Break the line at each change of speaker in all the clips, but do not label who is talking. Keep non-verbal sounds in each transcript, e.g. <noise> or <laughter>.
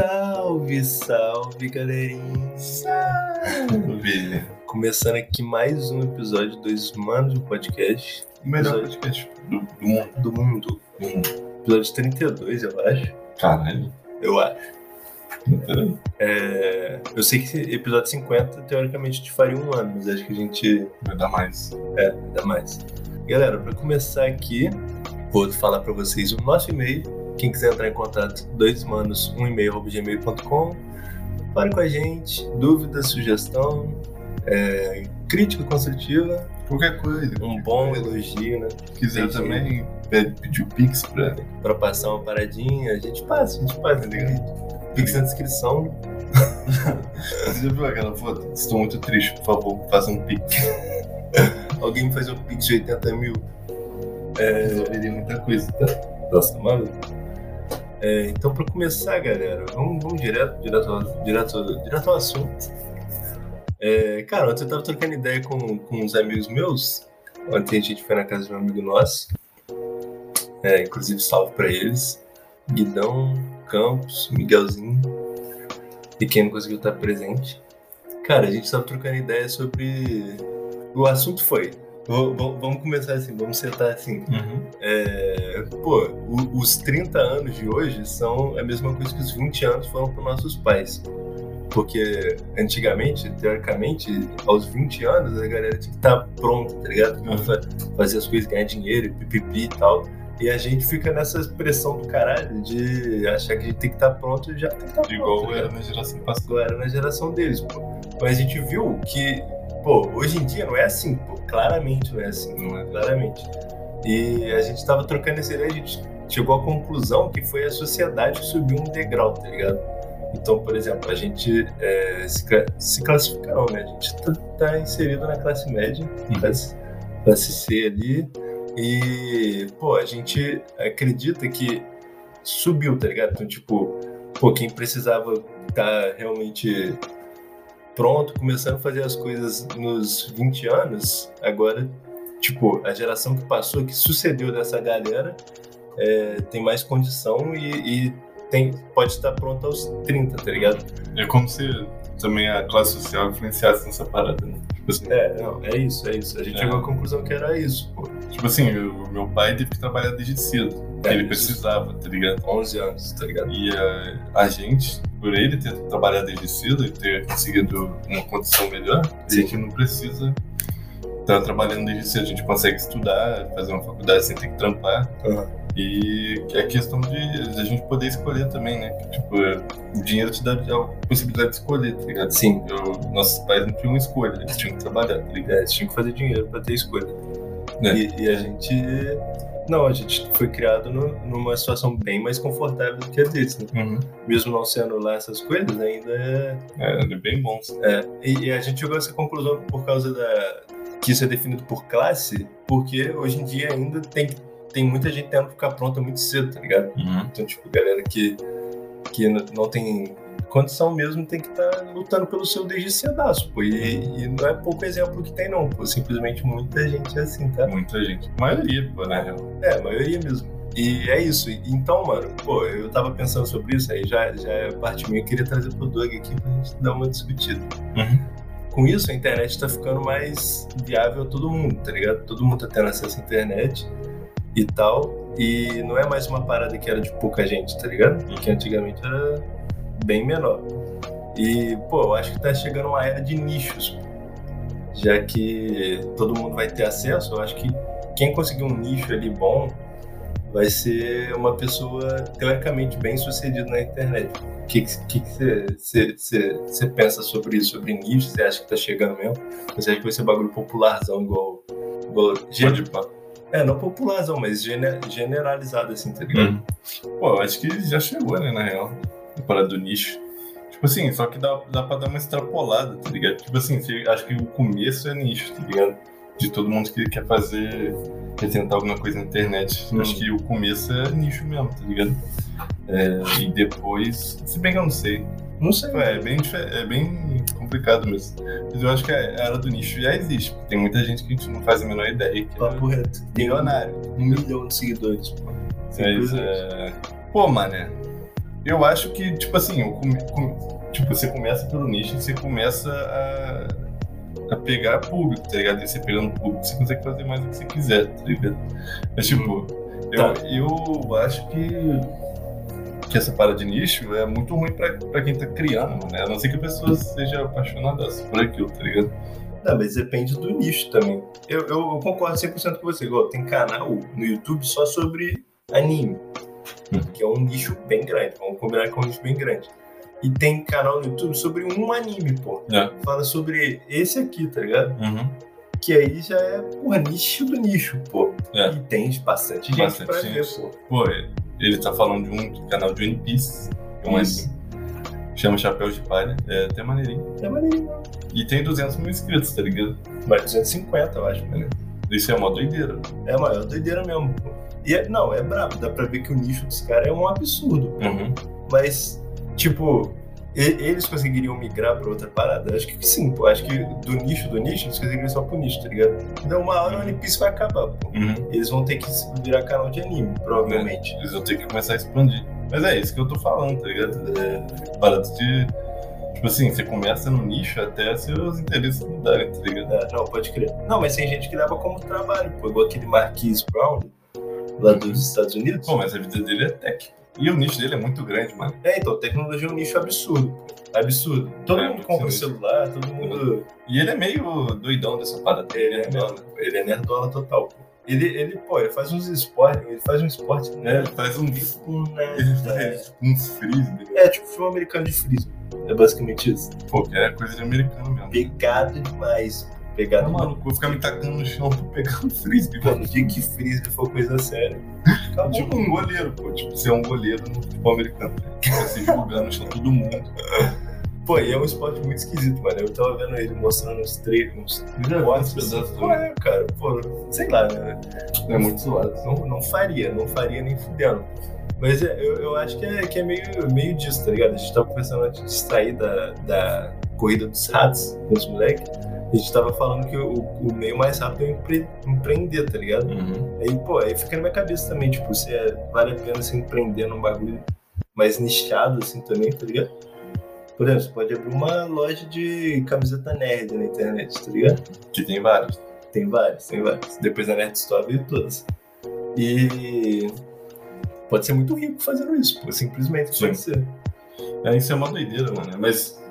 Salve, salve, galerinha! Salve! Começando aqui mais um episódio dos Manos do Podcast
O melhor podcast do, do mundo.
do mundo.
Do mundo.
Episódio 32, eu acho.
Caralho.
Eu acho.
Peraí.
É, Eu sei que esse episódio 50, teoricamente, a gente faria um ano, mas acho que a gente
Vai dar mais.
ainda mais. Galera, pra começar aqui, vou falar pra vocês o nosso e-mail. Quem quiser entrar em contato, doismanos, um e-mail, arroba gmail.com. Fale com a gente, dúvida, sugestão, é, crítica construtiva,
Qualquer coisa.
um bom elogio, né?
Se quiser
Sim, sim.
também pede, pedir o Pix pra.
Pra passar uma paradinha, a gente passa, a gente passa, tá ligado? Pix na descrição.
Você já viu aquela foto? Estou muito triste, por favor, faça um Pix.
Alguém faz um Pix de 80 mil. É.
Resolveria muita coisa, tá?
Nossa, mano. É, então, pra começar, galera, vamos, vamos direto, direto, ao- direto, ao- direto ao assunto. É, cara, ontem eu tava trocando ideia com, com uns amigos meus. Ontem a gente foi na casa de um amigo nosso. É, inclusive, salve pra eles. Guidão, Campos, Miguelzinho. E quem não conseguiu estar presente. Cara, a gente tava trocando ideia sobre. O assunto foi. Vou- vou- vamos começar assim, vamos sentar assim. É, pô, o- os 30 anos de hoje são a mesma coisa que os 20 anos foram para nossos pais. Porque antigamente, teoricamente, aos 20 anos a galera tinha que estar pronta, tá ligado? Pra
Uhum.
fa- Fazer as coisas, ganhar dinheiro, pipipi e tal. E a gente fica nessa pressão do caralho de achar que a gente tem que estar pronto e já tem que estar pronto.
Igual é.
tá
era
ligado?
na geração passada.
igual era na geração deles, pô. Mas a gente viu que, pô, hoje em dia não é assim, pô. Claramente não é assim
Não é?
claramente. E a gente tava trocando essa ideia, a gente chegou à conclusão que foi a sociedade que subiu um degrau, tá ligado? Então, por exemplo, a gente é, se, cla- se classifica não, né? A gente tá, tá inserido na classe média, classe, classe C ali. E, pô, a gente acredita que subiu, tá ligado? Então, tipo, pô, quem precisava tá realmente pronto, começando a fazer as coisas nos 20 anos, agora, tipo, a geração que passou, que sucedeu dessa galera, é, tem mais condição e, e tem, pode estar pronto aos 30, tá ligado?
É como se também a classe social influenciasse nessa parada, né? Tipo assim,
É, não, é isso, é isso. A gente
É.
chegou à conclusão que era isso, pô.
tipo assim, o meu pai teve que trabalhar desde cedo.
É,
ele
isso.
precisava, tá ligado?
11 anos, tá ligado?
E eh, a gente, por ele ter trabalhado desde cedo e ter conseguido uma condição melhor,
Sim.
a gente não precisa estar trabalhando desde cedo. A gente consegue estudar, fazer uma faculdade sem ter que trampar.
Aham.
E é questão de a gente poder escolher também, né? Que, Tipo, eh, o dinheiro te dá a possibilidade de escolher, tá ligado?
Sim.
Eu- nossos pais não tinham escolha, eles tinham que trabalhar, tá ligado?
É, eles tinham que fazer dinheiro pra ter escolha.
É.
E, e a gente. Não, a gente foi criado no- numa situação bem mais confortável do que a deles, né? Mesmo não sendo lá essas coisas, ainda é.
É, era bem bom.
E, e a gente chegou a essa conclusão por causa da que isso é definido por classe, porque hoje em dia ainda tem tem muita gente tendo que ficar pronta muito cedo, tá ligado? Então, tipo, galera que que n- não tem condição mesmo tem que estar lutando pelo seu desde cedaço, pô. E, e não é pouco exemplo que tem não, pô. Simplesmente muita gente é assim, tá?
Muita gente. A maioria, pô, na real.
É, a maioria mesmo. E é isso. E- Então, mano, pô, eu tava pensando sobre isso, aí já, já é parte minha. Eu queria trazer pro Doug aqui pra gente dar uma discutida.
Uhum.
Com isso, a internet tá ficando mais viável a todo mundo, tá ligado? Todo mundo tá tendo acesso à internet e tal. E não é mais uma parada que era de pouca gente, tá ligado? Que antigamente era bem menor. E, pô, eu acho que tá chegando uma era de nichos. Já que todo mundo vai ter acesso, eu acho que quem conseguir um nicho ali bom vai ser uma pessoa teoricamente bem sucedida na internet. O que você que que cê- cê- cê- cê pensa sobre isso, sobre nicho? Você acha que tá chegando mesmo? Você acha que vai ser bagulho popularzão igual. igual gen-
Pode pá.
é, não popularzão, mas gene- generalizado assim, tá ligado?
Uhum. Né? Pô, eu acho que já chegou, né, na real. A parada do nicho. Tipo assim, só que dá, dá pra dar uma extrapolada, tá ligado? Tipo assim, você- acho que o começo é nicho, tá ligado? De todo mundo que quer fazer, quer tentar alguma coisa na internet.
Hum.
Acho que o começo é nicho mesmo, tá ligado? É, e depois. Se bem que eu não sei.
Não sei.
É, é bem, dife- é bem complicado mesmo. Mas eu acho que a era do nicho já existe. porque Tem muita gente que a gente não faz a menor ideia que é
Papo reto. Tem um
milionário.
milhão de seguidores, pô.
Mas,
Simplesmente.
é... Pô, mané. Eu acho que, tipo assim, o come- come- tipo, você começa pelo nicho e você começa a, a pegar público, tá ligado? E você pegando público, você consegue fazer mais o que você quiser, tá ligado? Mas, tipo, eu, eu acho que, que essa parada de nicho é muito ruim pra, pra quem tá criando, né? A não ser que a pessoa seja apaixonada por aquilo, tá ligado?
Não, mas depende do nicho também. Eu, eu, eu concordo 100% com você. Igual, tem canal no YouTube só sobre anime,
Hum.
que é um nicho bem grande. Vamos combinar que é um nicho bem grande. E tem canal no YouTube sobre um anime, pô.
É.
Fala sobre esse aqui, tá ligado?
Uhum.
Que aí já é, porra, nicho do nicho, pô.
É.
E tem bastante gente
Bastante
pra
gente.
ver, pô.
Pô, ele- ele tá falando de um canal de One Piece, que é um
Isso.
anime, chama Chapéu de Palha, é até maneirinho.
É maneiro.
E tem 200 mil inscritos, tá ligado?
Mais 250, eu acho, né?
Isso é uma doideira.
É a maior doideira mesmo, pô. E é- não, é brabo. Dá pra ver que o nicho dos caras é um absurdo.
Uhum.
Mas, tipo, e- eles conseguiriam migrar pra outra parada? Acho que sim, pô. Acho que do nicho do nicho, eles conseguiriam só pro nicho, tá ligado? Então uma hora o One Piece vai acabar, pô.
Uhum.
Eles vão ter que se virar canal de anime, provavelmente.
Eles vão ter que começar a expandir. Mas é isso que eu tô falando, tá ligado? É, paradas de. Tipo assim, você começa no nicho até seus interesses mudarem, tá ligado?
É, não, pode crer. Não, mas tem gente que leva como trabalho, pô. Igual aquele Marquis Brown, lá dos Estados Unidos.
Pô, mas a vida dele é tech. E o nicho dele é muito grande, mano.
É, então, tecnologia é um nicho absurdo, pô. Absurdo. Todo
É,
mundo compra um
sim.
celular, todo mundo...
E ele é meio doidão dessa parada.
Ele é
doidão,
nerdola, ele é nerdola total, pô. Ele, ele, pô, ele faz uns esportes, ele faz um esporte,
né?
né?
Ele faz um. Ele
Nada.
faz uns frisbee.
É tipo filme americano de frisbee. É basicamente isso.
Pô, que é coisa de americano mesmo.
Pegado demais.
Tá
Pegado demais.
maluco, vou ficar me tacando no chão <laughs> pra pegar um frisbee,
Pô,
mano.
no dia que frisbee for coisa
<laughs>
séria. Tá Acabou.
Tipo um goleiro, pô. Tipo, você é um goleiro no futebol americano. Você se julgando no chão todo mundo.
Pô, e é um esporte muito esquisito, mano. Eu tava vendo ele mostrando uns treinos, uns
Já
cortes.
pedaços
Pô, é, cara, pô, sei lá, né?
É muito zoado.
Não, não faria, não faria nem fudendo. Mas é, eu, eu acho que é, que é meio, meio disso, tá ligado? A gente tava pensando antes de sair da, da corrida dos ratos com os moleques. A gente tava falando que o, o meio mais rápido é empre- empreender, tá ligado?
Uhum.
Aí, pô, aí fica na minha cabeça também, tipo, se é, vale a pena se empreender num bagulho mais nichado, assim, também, tá ligado? Por exemplo, você pode abrir uma loja de camiseta nerd na internet, tá ligado?
Que tem vários.
Tem várias, tem várias. Depois a Nerd Store veio todas. E pode ser muito rico fazendo isso, pô, simplesmente
Sim.
pode ser.
É, isso é uma doideira, mano. Mas,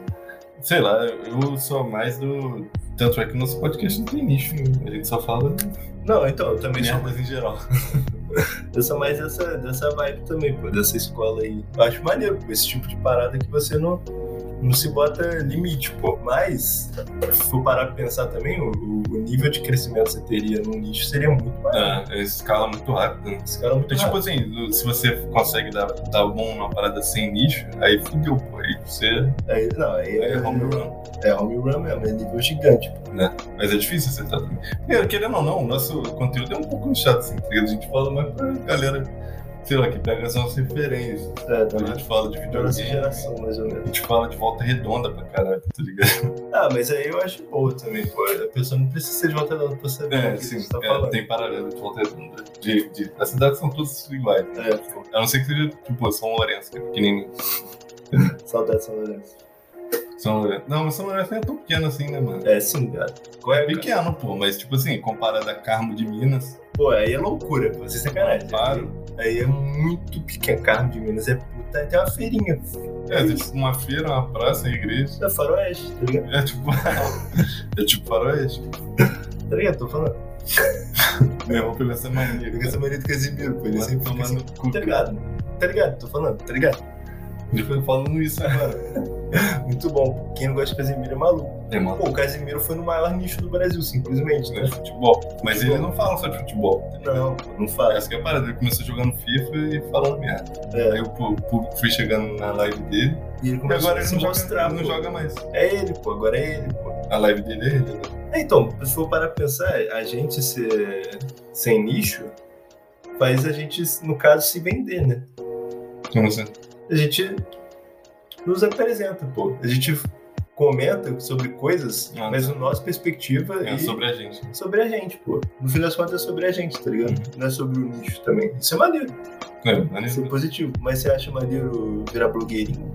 sei lá, eu sou mais do. Tanto é que nosso podcast não tem nicho, né? a gente só fala de
Não, então, eu também sou,
merdas em geral.
eu sou mais dessa, dessa vibe também, pô, dessa escola aí. Eu acho maneiro, pô, esse tipo de parada que você não, não se bota limite, pô. Mas, se for parar pra pensar também, o, o nível de crescimento que você teria num nicho seria muito maior.
Ah, escala muito rápido. né?
Esse cara é muito
Então, tipo assim, no- se você consegue dar, dar bom numa parada sem nicho, aí fudeu, pô. Aí você
Aí, não, aí
é
é,
home run.
é home run mesmo, é nível gigante, pô.
Mas é difícil acertar também. Porque, Querendo ou não, o nosso conteúdo é um pouco chato, assim, tá ligado? A gente fala mais pra galera, sei lá, que pega as nossas referências.
É,
A
da,
gente fala de
da nossa
videogame.
geração, mais ou menos.
A gente fala de volta redonda pra caralho, tá ligado?
Ah, mas aí eu acho boa também, pô. A pessoa não precisa ser de volta dela pra saber
<laughs>
o que você tá
é,
falando.
tem paralelo de volta redonda. De, de, as cidades são todas iguais.
É, pô.
A não ser que seja, tipo, São Lourenço, que é pequenininho.
Saudade, São Lourenço.
São Lourenço. Não, mas São Lourenço nem é tão pequeno assim, né, mano?
É, sim, cara. Qual
É
é, cara?
pequeno, pô, mas tipo assim, comparado a Carmo de Minas,
Pô, aí é loucura, pô. Você é sacanagem.
claro.
Aí é muito pequeno. Carmo de Minas é puta. Até uma feirinha.
É, tem, tipo uma feira, uma praça, uma igreja.
É faroeste, tá ligado?
É tipo. <laughs> é tipo faroeste.
Tá ligado? Tô falando.
Meu irmão pegou essa é mania.
Fica essa maneira do Casimiro, pô. Ele
Vai
sempre fica
tomar
assim.
no cu.
Tá ligado? Tá ligado? Tô falando, tá ligado? <laughs>
Ele foi falando isso agora.
Muito bom. Quem não gosta de Casimiro é maluco.
É, mano.
Pô, o Casimiro foi no maior nicho do Brasil, simplesmente,
né,
né?
futebol. Mas ele não fala só de futebol.
Não, pô, não fala.
Essa que é a parada. Ele começou jogando FIFA e falando merda.
É.
Aí o pu- público foi chegando na live dele.
E ele
E
começou
agora
a
ele
se
não,
mostrar,
joga, ele não
pô.
joga mais.
É ele, pô. Agora é ele, pô.
A live dele é ele. né?
É, Então, se for parar pra pensar, a gente ser sem nicho faz a gente, no caso, se vender, né?
Como assim?
A gente nos apresenta, pô. A gente comenta sobre coisas,
Ah,
mas
tá.
no nosso perspectiva
É
e
sobre a gente.
sobre a gente, pô. No fim das contas é sobre a gente, tá ligado?
Uhum.
Não é sobre o nicho também. Isso é maneiro,
É, mas-
isso é positivo. Mas você acha maneiro virar blogueirinho?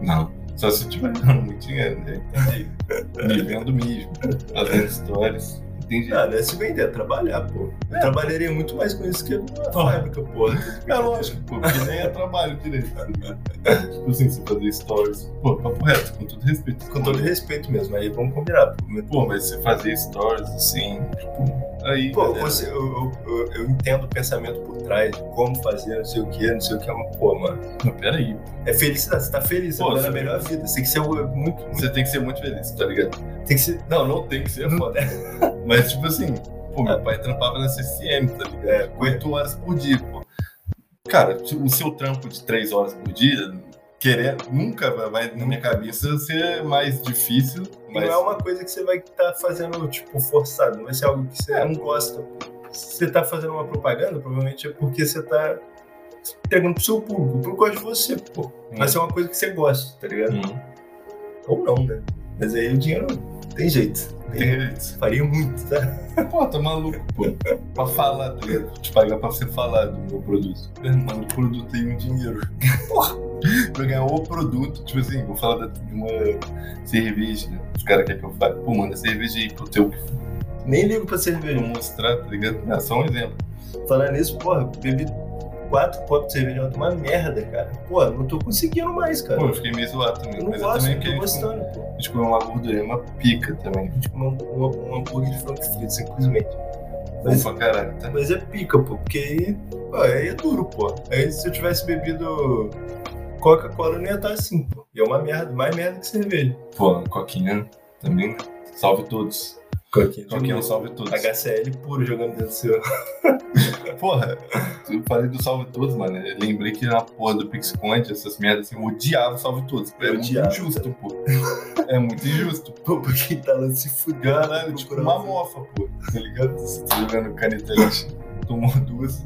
Não. Só se tiver ganhando muito dinheiro, né?
<laughs>
Entendi. Vivendo mesmo. Fazendo stories. Entendi.
Ah, né? Se vender, é trabalhar, pô. Eu trabalharia muito mais com isso que na
É. Porra.
fábrica, pô.
<laughs> É lógico, pô, porque nem é trabalho direito. tipo assim, você fazer stories. Pô, papo reto, com todo respeito.
Com todo respeito mesmo, aí vamos combinar, pô.
Pô, mas você fazer stories assim, tipo, aí.
Pô,
galera,
você, eu, eu- eu- eu entendo o pensamento por trás, de como fazer, não sei o que, não sei o que, mas, pô, mano.
Mas peraí,
É felicidade, você tá feliz, você
Pô,
tá
você-
na melhor vida. Você tem que ser o- muito.
você tem que ser muito feliz, tá ligado?
Tem que ser.
Não, não tem que ser é foda. mas tipo assim, pô, meu pai trampava na CCM, tá ligado?
É,
Com oito horas por dia, pô. Cara, o seu trampo de três horas por dia, querer, nunca vai, vai, na minha cabeça, ser mais difícil.
não
Mas
é uma coisa que você vai estar fazendo, tipo, forçado. Não vai ser algo que você
É.
não gosta. Se você tá fazendo uma propaganda, provavelmente é porque você tá entregando pro seu público. O público gosta de você, pô. Vai ser uma coisa que você gosta, tá ligado?
Hum.
Ou não, né? Mas aí o dinheiro tem jeito. Tem-
Tem-
Faria muito, tá?
Pô, tá maluco, pô. Pra falar, tá ligado? Te pagar pra você falar do meu produto. Fernando, o produto tem um dinheiro. Porra! <laughs> Pra eu ganhar o produto, tipo assim, vou falar da- de uma cerveja. né? Os caras querem que eu fale, pô, manda cerveja aí pro teu pra
Nem ligo pra
eu
cerveja.
mostrar, tá ligado? É só um exemplo.
Falar nisso, porra, bebi quatro copos de cerveja ontem, uma merda, cara. Pô, não tô conseguindo mais, cara.
Pô, eu fiquei meio zoado
eu
também.
não
Mas eu
gosto,
também
não tô
fiquei com-
gostando, pô.
a gente comeu é uma gordurema pica também.
Tipo, um, um, um hambúrguer de frango frito, simplesmente.
Bom
Mas-
pra caralho, tá?
Mas é pica, pô, porque aí, pô, aí é duro, pô. Aí se eu tivesse bebido Coca-Cola, eu não ia estar assim, pô. E é uma merda, mais merda que cerveja.
Pô, coquinha também. né? Salve todos.
Coquinha.
Coquinha, salve todos.
HCL puro jogando dentro do seu. <laughs>
Porra, eu falei do Salve Todos, mano. Eu lembrei que na porra do PixConde, essas merdas, assim, eu odiava o Salve Todos. É
Eu
muito
odiava,
injusto, pô. É muito injusto.
Pô, pra quem tá lá se fudendo.
Caralho, tipo uma mofa, pô. Tá ligado? Você tá jogando caneta lixo, tomou duas.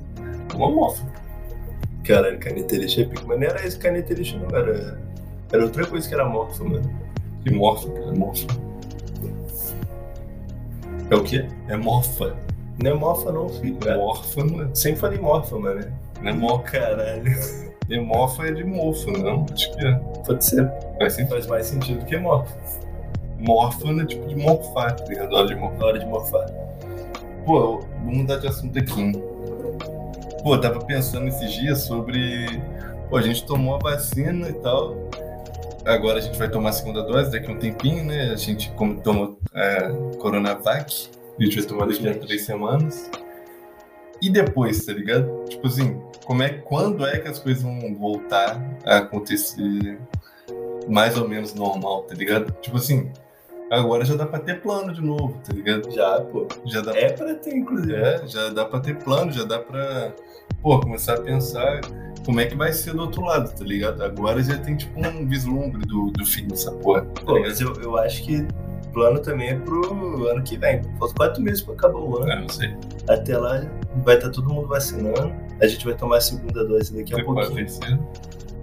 Uma mofa.
Caralho, caneta lixo é pica. Mas não era esse caneta lixo, não, era. Era outra coisa que era morfa, mano.
Que morfa, cara. Morfa.
É o quê?
É morfa.
Não é morfa, não, filho. cara.
Morfa, mano.
Sempre falei morfa, mano. né?
Não é morfa.
Caralho.
E morfa é de mofo, não? Acho que é.
Pode ser.
Faz sentido.
Faz mais sentido que morfa.
Morfa é tipo de morfar, tá ligado? Hora de morfar.
Na hora de morfar.
Pô, eu vou mudar de assunto aqui. hein? Pô, eu tava pensando esses dias sobre. Pô, a gente tomou a vacina e tal. Agora a gente vai tomar a segunda dose daqui a um tempinho, né? A gente como tomou a Coronavac. A gente vai tomar daqui a três semanas. E depois, tá ligado? Tipo assim, como é, quando é que as coisas vão voltar a acontecer mais ou menos normal, tá ligado? Tipo assim, agora já dá pra ter plano de novo, tá ligado?
Já, pô.
Já dá
É pra ter, inclusive.
é, já dá pra ter plano, já dá pra, pô, começar a pensar como é que vai ser do outro lado, tá ligado? Agora já tem, tipo, um vislumbre do, do fim dessa porra. Tá
Pô, mas eu, eu acho que plano também é pro ano que vem. Faltam quatro meses pra acabar o ano.
Ah, não sei.
Até lá vai estar todo mundo vacinando. A gente vai tomar a segunda dose daqui a
Você pode
pouquinho.
vencer.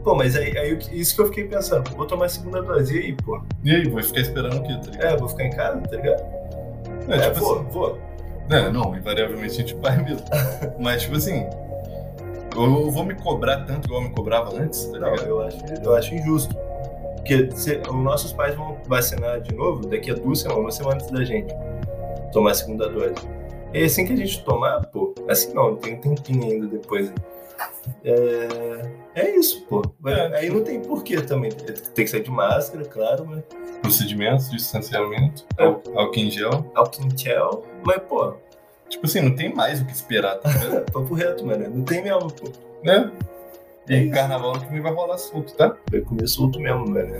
Pô, mas aí, aí o que- isso que eu fiquei pensando. Vou tomar a segunda dose. E aí, pô?
E aí, vou ficar esperando o quê, tá ligado?
É, vou ficar em casa, tá ligado?
É,
É,
tipo
vou,
assim,
vou.
é, não, invariavelmente a gente vai mesmo.
<laughs>
Mas, tipo assim, eu vou me cobrar tanto igual eu me cobrava antes, tá
Não,
ligado?
eu acho, eu acho injusto. Porque se- os nossos pais vão vacinar de novo daqui a duas semanas, uma semana antes da gente tomar a segunda dose. E assim que a gente tomar, pô, assim não, tem um tempinho ainda depois. É, é isso, pô. Vai-
É.
Aí não tem porquê também. Tem que sair de máscara, claro, mas
Procedimentos, distanciamento,
É.
al- álcool em gel.
álcool em gel. Mas, pô, é
Tipo assim, não tem mais o que esperar, tá
<laughs>
ligado?
papo reto, mano. Não tem mesmo, pô.
né? E
É
aí,
isso.
carnaval ano que vem vai rolar solto, tá?
Vai comer solto mesmo, velho.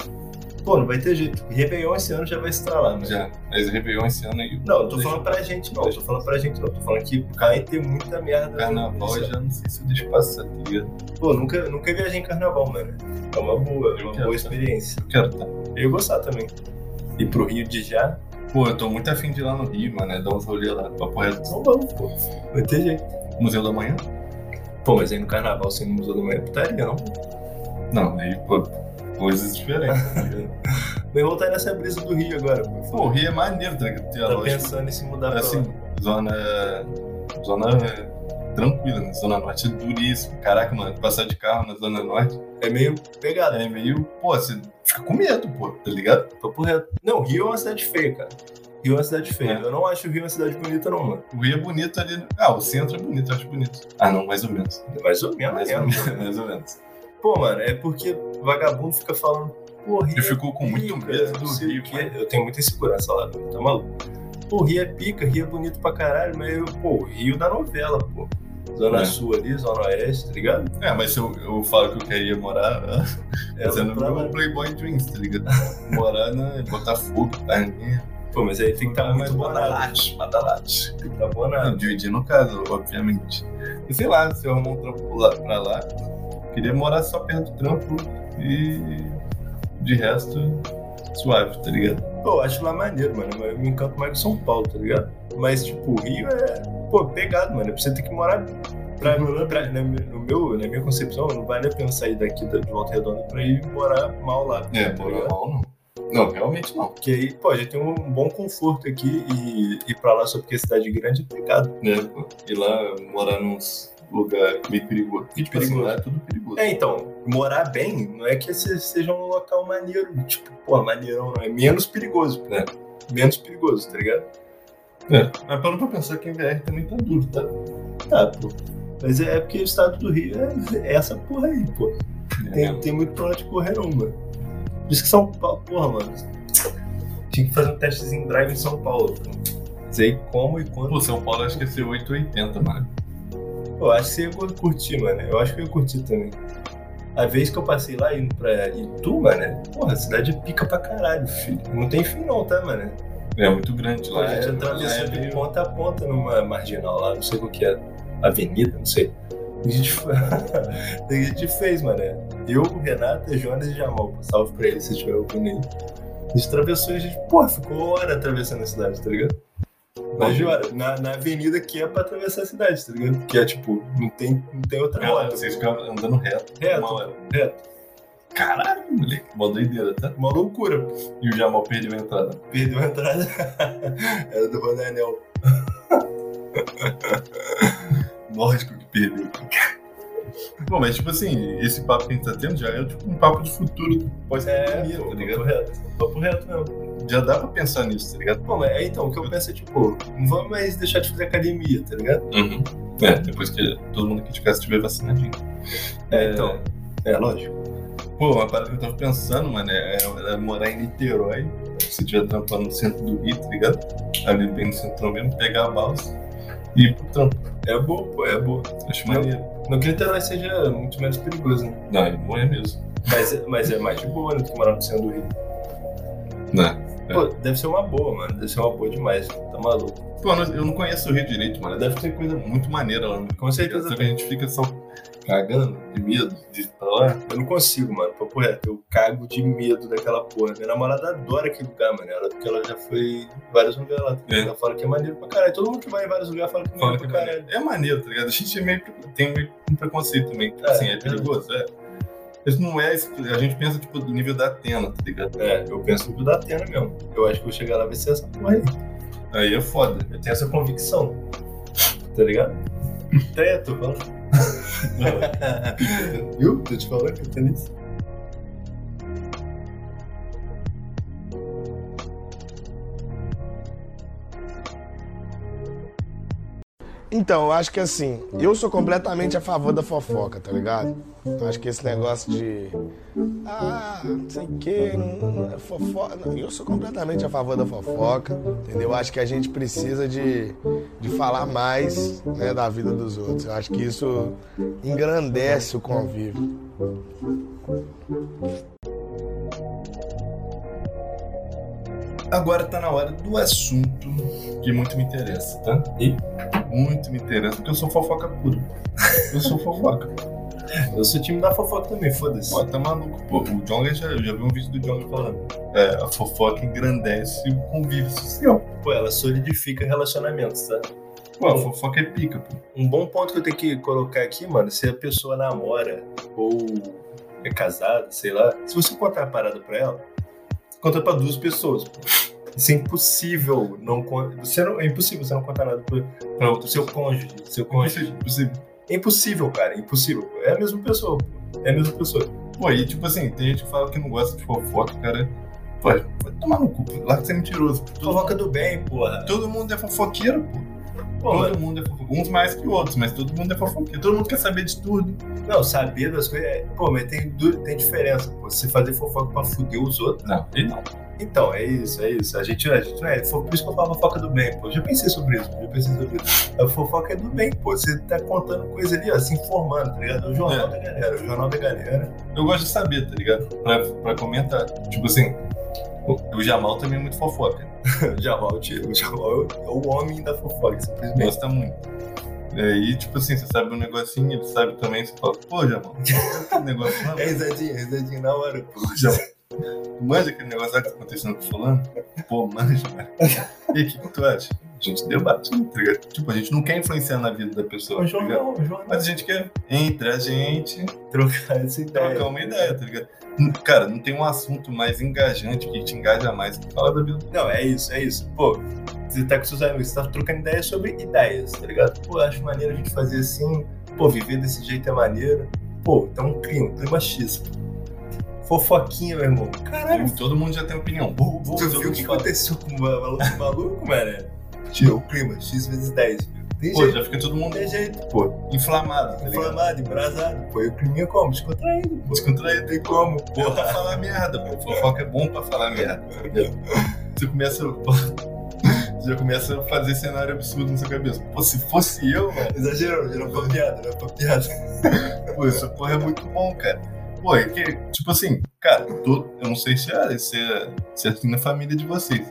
Pô, não vai ter jeito. Réveillon esse ano já vai né? estralar, mano.
Já. Mas o Réveillon esse ano aí.
Não, eu tô
deixa-
falando pra gente não, eu tô falando pra gente não, eu tô falando que vai ter muita merda.
Carnaval eu já não sei se eu deixo passar, tá ligado?
Pô, nunca, nunca viajei em carnaval, mano. É uma boa, é
Eu
uma
quero,
boa
tá?
experiência.
Eu quero, tá?
Eu ia gostar também. Ir pro Rio de já?
Pô, eu tô muito afim de ir lá no Rio, mano. É dar uns rolê lá. Papo reto.
Então vamos, pô. Vai ter jeito.
Museu da Manhã?
Pô, mas aí no carnaval sem museu da manhã é putaria, não. <laughs>
Não, aí, pô, coisas diferentes, tá ligado?
Vem voltar nessa brisa do Rio agora. Pô.
Pô, o Rio é maneiro, tá ligado? Tem a
Tá
lógica.
pensando em se mudar pra
assim,
lá.
zona. Zona tranquila, né? Zona Norte é duríssimo. Caraca, mano, passar de carro na Zona Norte
É meio pegado, né?
é meio. Pô, você fica com medo, pô, tá ligado?
Papo reto. Não, Rio é uma cidade feia, cara. Rio é uma cidade feia.
É.
Eu não acho o Rio uma cidade bonita, não, mano.
O Rio é bonito ali. Ah, o centro é bonito, eu acho bonito. Ah, não, mais ou menos.
Mais ou menos,
Mais
é,
ou
mano.
menos, <laughs> mais ou menos.
Pô, mano, é porque vagabundo fica falando, pô, Rio
Eu fico com muito
pica,
medo
é, não
do
sei o
Rio, né?
quê.
cara.
Eu tenho muita insegurança lá, meu, tá maluco? Pô, Rio é pica, Rio é bonito pra caralho, mas eu, pô, Rio da novela, pô. Zona
É.
Sul ali, Zona Oeste, tá ligado?
É, mas se eu, eu falo que eu queria morar. né?
É,
Fazendo
pra lá.
meu Playboy Dreams, tá ligado? Morar na Botafogo, tá? Tarninha.
Pô, mas aí tem que estar muito bonado.
badalate.
Tem que tá estar
Ah,
bonado.
dividir no caso, obviamente. E sei lá, se eu arrumar um trampo lá, pra lá, queria morar só perto do trampo e de resto, suave, tá ligado?
Pô, eu acho lá maneiro, mano. Eu me encanto mais com São Paulo, tá ligado? Mas, tipo, o Rio é, pô, pegado, mano. É pra você ter que morar. Pra, pra- na, no meu, na minha concepção, não vale a pena sair daqui da- de Volta Redonda pra ir morar mal lá.
É,
tá
morar
ligado?
mal não. Não, realmente não.
Porque aí, pô, a gente tem um bom conforto aqui e ir pra lá só porque é cidade grande é pecado.
Né? pô? Ir lá morar nos lugar meio perigoso. Porque, tipo assim,
Perigoso.
lá é tudo perigoso.
É, então, morar bem não é que se- seja um local maneiro, tipo, pô, maneirão, não é menos perigoso, né? Menos perigoso, tá ligado?
Mas para pra pensar que em VR também tá duro, tá?
Tá, pô. Mas é porque o estado do Rio é, é essa porra aí, pô. Tem, tem muito pra onde correr, não, mano. Por isso que São Paulo, porra, mano. Tinha que fazer um testezinho drive em São Paulo. pô. Sei como e quando.
Pô, São Paulo acho que é ia ser 880, mano.
Eu acho que você ia curtir, mano. Eu acho que eu ia curtir também. A vez que eu passei lá indo pra Itu, mano, porra, a cidade é pica pra caralho, filho. Não tem fim não, tá, mano?
É muito grande lá.
a gente
é,
atravessou de
meio-
ponta a ponta numa marginal lá, não sei o que é. Avenida, não sei. A gente, foi- <laughs> a gente fez, mano. Eu, Renata, Jonas e Jamal. Salve pra eles se estiver ouvindo aí. A gente atravessou e a gente, porra, ficou hora atravessando a cidade, tá ligado? Mas de hora, na, na avenida que é pra atravessar a cidade, tá ligado? Que é tipo, não tem, não tem outra
Cara,
rota.
vocês ficavam andando reto.
Reto,
Uma hora.
reto.
Caralho, moleque. Uma doideira, tá?
Uma loucura,
E o Jamal perdeu a entrada.
Perdeu a entrada. <laughs> Era do Rodanel.
Lógico que perdeu. Bom, mas tipo assim, esse papo que a gente tá tendo já é tipo um papo de futuro. Pode
É,
pandemia,
pô,
tá ligado?
papo reto. Papo reto mesmo.
Já dá pra pensar nisso, tá ligado?
Bom, mas é então, o que eu penso é tipo, não vamos mais deixar de fazer academia, tá ligado?
Uhum. É, depois que todo mundo aqui de casa estiver vacinadinho.
É, então. É, lógico.
Pô, uma parada que eu tava pensando, mano, é, é- é morar em Niterói, se tiver trampando no centro do Rio, tá ligado? Ali bem no centro mesmo, pegar a balsa e ir pro trampo.
É boa, pô, é boa.
Acho
Não.
maneiro.
Não que Niterói seja muito menos perigoso, né?
Não, ele não é mesmo.
Mas, é- mas é mais de boa né, do que morar no centro do Rio.
Não.
Pô, deve ser uma boa, mano. Deve ser uma boa demais. Tá maluco.
Pô, eu não- eu não conheço o Rio direito, mano. Deve ter coisa muito maneira lá. né?
Com certeza
Só que a gente fica só cagando de medo de ir pra lá.
Eu não consigo, mano. Papo reto. Eu cago de medo daquela porra. Minha namorada adora aquele lugar, mano. Ela, porque ela já foi em vários lugares lá.
É.
Ela fala que é maneiro pra caralho. Todo mundo que vai em vários lugares fala que é
Fala
maneiro
que
pra caralho.
é maneiro, tá ligado? A gente é meio, pre- tem meio um preconceito também. Tipo
É,
assim, é
é.
perigoso, é. Mas não é. isso- A gente pensa, tipo, do nível da Atena, tá ligado?
É, eu penso no da Atena mesmo. Eu acho que eu vou chegar lá e vai ser essa porra aí.
Aí é foda.
Eu tenho essa convicção. Tá ligado? Até, tô falando. Viu? Tô te falando que eu tô nisso.
Então, eu acho que assim, eu sou completamente a favor da fofoca, tá ligado? Eu acho que esse negócio de. Ah, não sei o quê, não- não- fofoca. não, eu sou completamente a favor da fofoca, entendeu? Eu acho que a gente precisa de, de falar mais né, da vida dos outros. Eu acho que isso engrandece o convívio.
Agora tá na hora do assunto que muito me interessa, tá?
E?
Muito me interessa, porque eu sou fofoca pura. Eu sou fofoca.
<laughs> Eu sou time da fofoca também, foda-se.
Pô, tá maluco, pô. O Jonga já, eu já vi um vídeo do Jonga falando. É, a fofoca engrandece o convívio social.
Pô, ela solidifica relacionamentos, tá?
Pô, a fofoca é pica, pô.
Um bom ponto que eu tenho que colocar aqui, mano, se a pessoa namora ou é casada, sei lá, se você contar a parada pra ela, conta pra duas pessoas. pô. Isso é impossível. Não, con- você não, é impossível você não contar nada pro, pra outro. Seu cônjuge. Seu cônjuge.
Você-
É impossível, cara. É impossível. É a mesma pessoa. pô. É a mesma pessoa.
Pô, e tipo assim, tem gente que fala que não gosta de fofoca, cara. Pô, vai tomar no cu, pô. lá que você é mentiroso. Todo,
Fofoca do bem, porra.
todo mundo é fofoqueiro, pô.
Pô, mano,
todo mundo é fofoqueiro. Uns mais que outros, mas todo mundo é fofoqueiro. Todo mundo quer saber de tudo.
não, saber das coisas. é- Pô, mas tem, du- tem diferença. Pô. Você fazer fofoca pra fuder os outros.
Não, e não.
Então, é isso, é isso. A gente, a gente é, foi por isso que eu falo fofoca do bem, pô. Já pensei sobre isso, já pensei sobre isso. A fofoca é do bem, pô. Você tá contando coisa ali, ó, se informando, tá ligado? É o jornal
É.
da galera, o jornal da galera.
Eu gosto de saber, tá ligado? Pra, pra comentar. Tipo assim, o- o Jamal também é muito fofoca. <laughs>
O Jamal, o tio- o Jamal é o, é o homem da fofoca, simplesmente.
Gosta muito. E aí, tipo assim, você sabe um negocinho, ele sabe também, você fala, pô, Jamal, esse negócio não,
É risadinha, risadinha na hora, pô.
tu manja aquele negócio lá que tá acontecendo com o fulano? Pô, manja, cara. E aí, o que, que tu acha? A gente debate, tá ligado? Tipo, a gente não quer influenciar na vida da pessoa,
O
tá ligado?
É um jornal, o jornal.
Mas a gente quer, entre a gente,
Trocar essa ideia.
trocar uma ideia, tá ligado? N- Cara, não tem um assunto mais engajante que te engaja mais que falar da vida.
Não, é isso, é isso. Pô, você tá com seus amigos, você tá trocando ideias sobre ideias, tá ligado? Pô, acho maneiro a gente fazer assim. Pô, viver desse jeito é maneiro. Pô, tá um clima, clima X. Fofoquinha, meu irmão. Caralho,
Todo mundo já tem opinião. Vou, vou,
Hum, tu
todo
viu o
mundo
que
fala.
aconteceu com o malu- com o maluco, mano? Tirou o clima, X vezes 10. meu. Tem
Pô,
jeito,
já fica todo mundo
tem jeito, pô.
inflamado, tá ligado?
Inflamado, embrasado. Pô, e o climinha como? Descontraído, pô.
Descontraído.
Tem como,
Bom
porra.
pra falar merda, pô. Fofoca é bom pra falar merda. entendeu? Você começa. Você já começa a fazer cenário absurdo na sua cabeça. Pô, se fosse eu, mano,
Exagerou, gerou pra piada, gerou pra piada.
pô, essa porra é muito bom, cara. Pô, é que, tipo assim, cara, tô- eu não sei se é, se é, se é assim na família de vocês.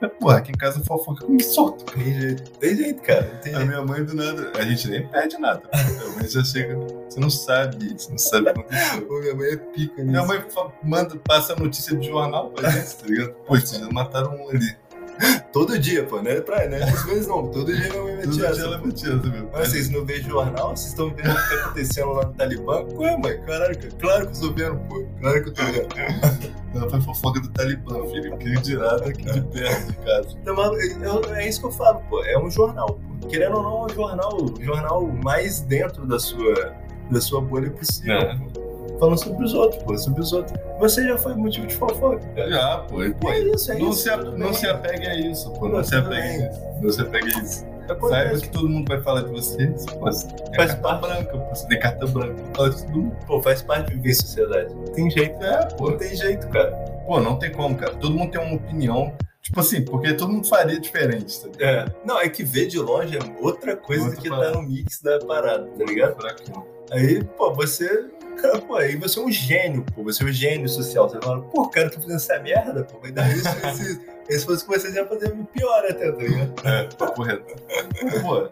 Mas, porra, aqui em casa fofoca como solto.
Tem jeito, tem jeito, cara. Tem
A
jeito.
minha mãe do nada. A gente nem pede nada. Minha mãe já chega. Você não sabe, você não sabe o que aconteceu.
Pô, minha mãe é pica nisso.
Minha mãe fa- manda, passa a notícia do jornal pra gente, tá ligado? Pô, vocês já mataram um ali.
Todo dia, pô, não é pra, não é às vezes não, todo dia minha mãe
Todo
mete
dia
É essa.
ela é batia, sabe?
Mas assim, vocês não veem jornal? Vocês estão vendo o que tá acontecendo lá no Talibã? Ué, mãe, caralho, cara, claro que eu tô vendo, pô, claro que eu tô vendo.
Ela foi fofoca do Talibã, filho. Queria tirar daqui de perto de casa.
Então, mano, eu- é isso que eu falo, pô, é um jornal, pô. Querendo ou não, é um jornal, o jornal mais dentro da sua, da sua bolha possível.
É.
pô. Falando sobre os outros, pô, sobre os outros. Você já foi motivo de fofoca, cara.
Já, "Ah, pô. E, pô,
É isso, é
não,
isso.
se, a- não se apegue a isso, pô. Não
Pô,
se
tudo
apegue a
bem.
isso. Não se apegue a isso. Saiba
Acontece,
que todo mundo vai falar de você. Pô, você tem
Faz
carta
parte.
branca, pô. Você tem carta branca. Fala de todo mundo.
pô, faz parte de viver em sociedade. Não tem jeito,
É,
não
pô.
tem jeito, cara.
Pô, não tem como, cara. Todo mundo tem uma opinião. Tipo assim, porque todo mundo faria diferente, tá ligado?
É. Não, é que ver de longe é outra coisa
Outra
do que
parada.
tá no mix da parada, tá ligado?
Furacão.
Aí, pô, você. <laughs> Cara, pô, aí você é um gênio, pô. Você é um gênio social. Você fala, pô, cara, eu tô fazendo essa merda, pô. Vai dar isso, isso,
<laughs>
isso. Aí se fosse com vocês, ia fazer pior até, tá ligado?
Correto. Pô,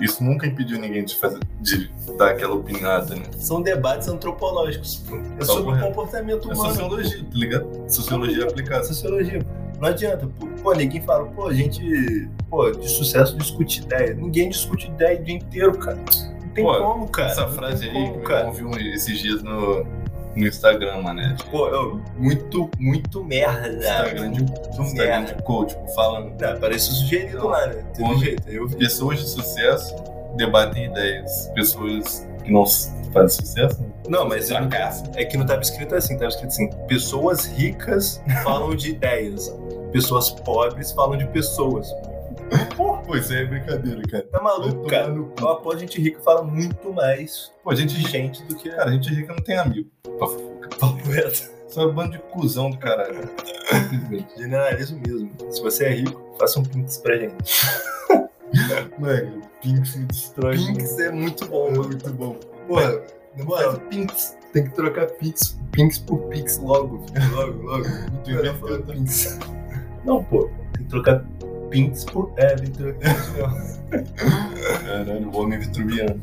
isso nunca impediu ninguém de, fazer, de dar aquela opinada, né?
São debates antropológicos, pô. É
Tá
sobre o
correto.
comportamento
É
humano.
sociologia, tá ligado? Sociologia
É
aplicada.
sociologia. Não adianta, pô. Pô, ninguém fala, pô, a gente, pô, de sucesso discute ideia. Ninguém discute ideia o dia inteiro, cara. Não tem
Pô,
como, cara.
Essa
Não
frase
tem
aí,
como,
que
cara.
eu vi um- esses dias no, no Instagram, mané.
Pô, eu- muito, muito
É,
merda.
Instagram de, um
Muito
Instagram
merda.
de coach, tipo, falando.
Não, parece sugerido lá, né? Tem
Homem.
jeito. Eu vi.
Pessoas de sucesso debatem ideias. Pessoas que não s- fazem sucesso, né?"
Não, mas eu-
fracassam.
é que não tava escrito assim, tava escrito assim. Pessoas ricas falam de ideias. Pessoas pobres falam de pessoas.
Pô, isso aí é brincadeira, cara.
Tá
Vai
maluco,
tomar
cara?
no cu.
Eu aposto que gente rica fala muito mais
Pô, gente
de
rica.
gente do que.
Cara, gente rica não tem amigo. pra fofoca.
Papo reto.
Só é bando de cuzão do caralho. Simplesmente.
Generalizo mesmo. Se você é rico, faça um Pinks pra gente.
<laughs> Mano, Pinks me destrói.
Pinks é muito bom,
é
mano.
muito bom.
Porra, na moral, Pinks. Tem que trocar Pinks, Pinks por Pinks logo. filho. Logo, logo.
Tu inventou, tá?
Pinks. Não, pô. Tem que trocar Pinks por. É, tem que trocar.
Caralho, o homem vitruviano.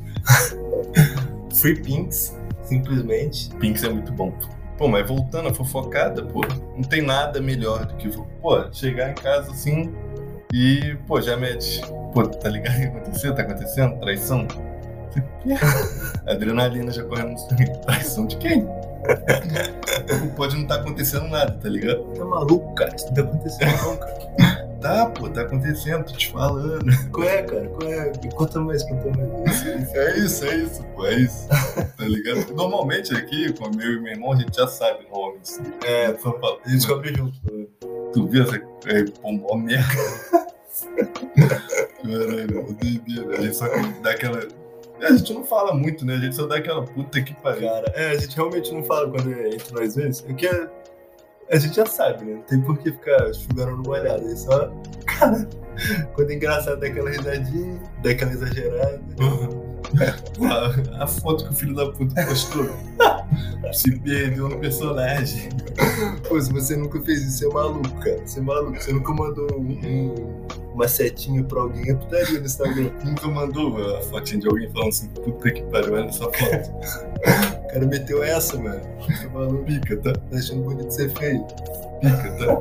Free Pinks, simplesmente.
Pinks é muito bom. Pô, mas voltando à fofocada, pô, não tem nada melhor do que, pô, chegar em casa assim e, pô, já mete. Pô, tá ligado o que aconteceu? Tá acontecendo? Traição? Adrenalina já correndo no sangue. Traição de quem? Pode não tá acontecendo nada, tá ligado?
Tá maluco, cara? Isso não tá acontecendo, não, cara.
Tá, pô, tá acontecendo, tô te falando.
Qual é, cara? Qual é? Conta mais, conta mais.
É isso, é isso, pô, é isso. Tá ligado? Normalmente aqui, com meu e meu irmão, a gente já sabe assim, nomes.
É,
Eu só falo,
a gente descobre junto.
Tu viu essa é, pomba merda? Caralho, eu doideira. A gente só dá aquela. A gente não fala muito, né? A gente só dá aquela puta que pariu.
Cara, é, a gente realmente não fala quando é entre nós dois. É que a, a gente já sabe, né? Não tem por que ficar chugando no olhado. É só. <laughs> Cara, quando é engraçado, dá aquela risadinha, dá aquela exagerada.
A, a foto que o filho da puta postou se perdeu no personagem.
Pô, se você nunca fez isso, você é maluco, cara. Você é maluco. Você nunca mandou um- um-
Hum.
uma setinha pra alguém, é putaria no Instagram.
Nunca mandou a fotinha de alguém falando assim, puta que pariu, olha essa foto.
O cara meteu essa, mano. Tá maluco,
Pica, tá?
tá achando bonito ser feio.
Pica, tá?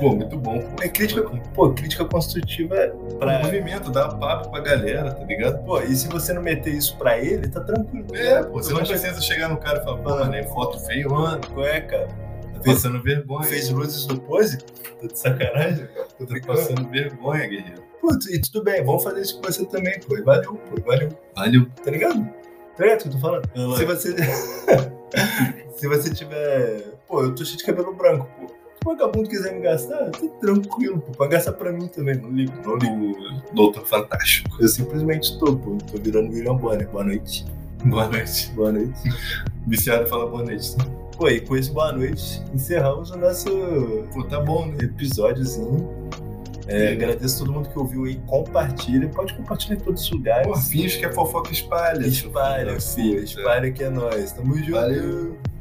Pô, muito bom.
É crítica, pô, crítica construtiva é
Pra...
pra.
Movimento, dá um papo pra galera, tá ligado?
Pô, e se você não meter isso pra ele, tá tranquilo. Tá
É, pô, você não precisa chegar no cara e falar, pô, mano, é foto feio, mano.
Qual é, cara?
Tá passando vergonha.
Fez luzes do pose? Tá de sacanagem? Tô
Tá
brincando.
passando vergonha, guerreiro.
Pô, tu- e tudo bem, vamos fazer isso com você também, pô. E Valeu, pô, e valeu.
Valeu.
Tá ligado? Tá ligado o que eu tô falando? Se você. <laughs> Se você tiver. Pô, eu tô cheio de cabelo branco, pô. Se o vagabundo quiser me gastar, tá tranquilo, pô. Pode gastar pra mim também, não ligo, não ligo.
O Doutor Fantástico.
Eu simplesmente tô, pô. Tô virando William Bonner. Boa noite.
Boa noite.
Boa noite.
Viciado fala boa noite.
Pô, e com esse boa noite, encerramos o nosso
Pô, tá bom, né?
episódiozinho. É, agradeço todo mundo que ouviu aí. Compartilha. Pode compartilhar em todos os lugares.
Pô, finge que a é fofoca espalha.
Espalha, filho. Espalha que é nóis. Tamo junto.
Valeu.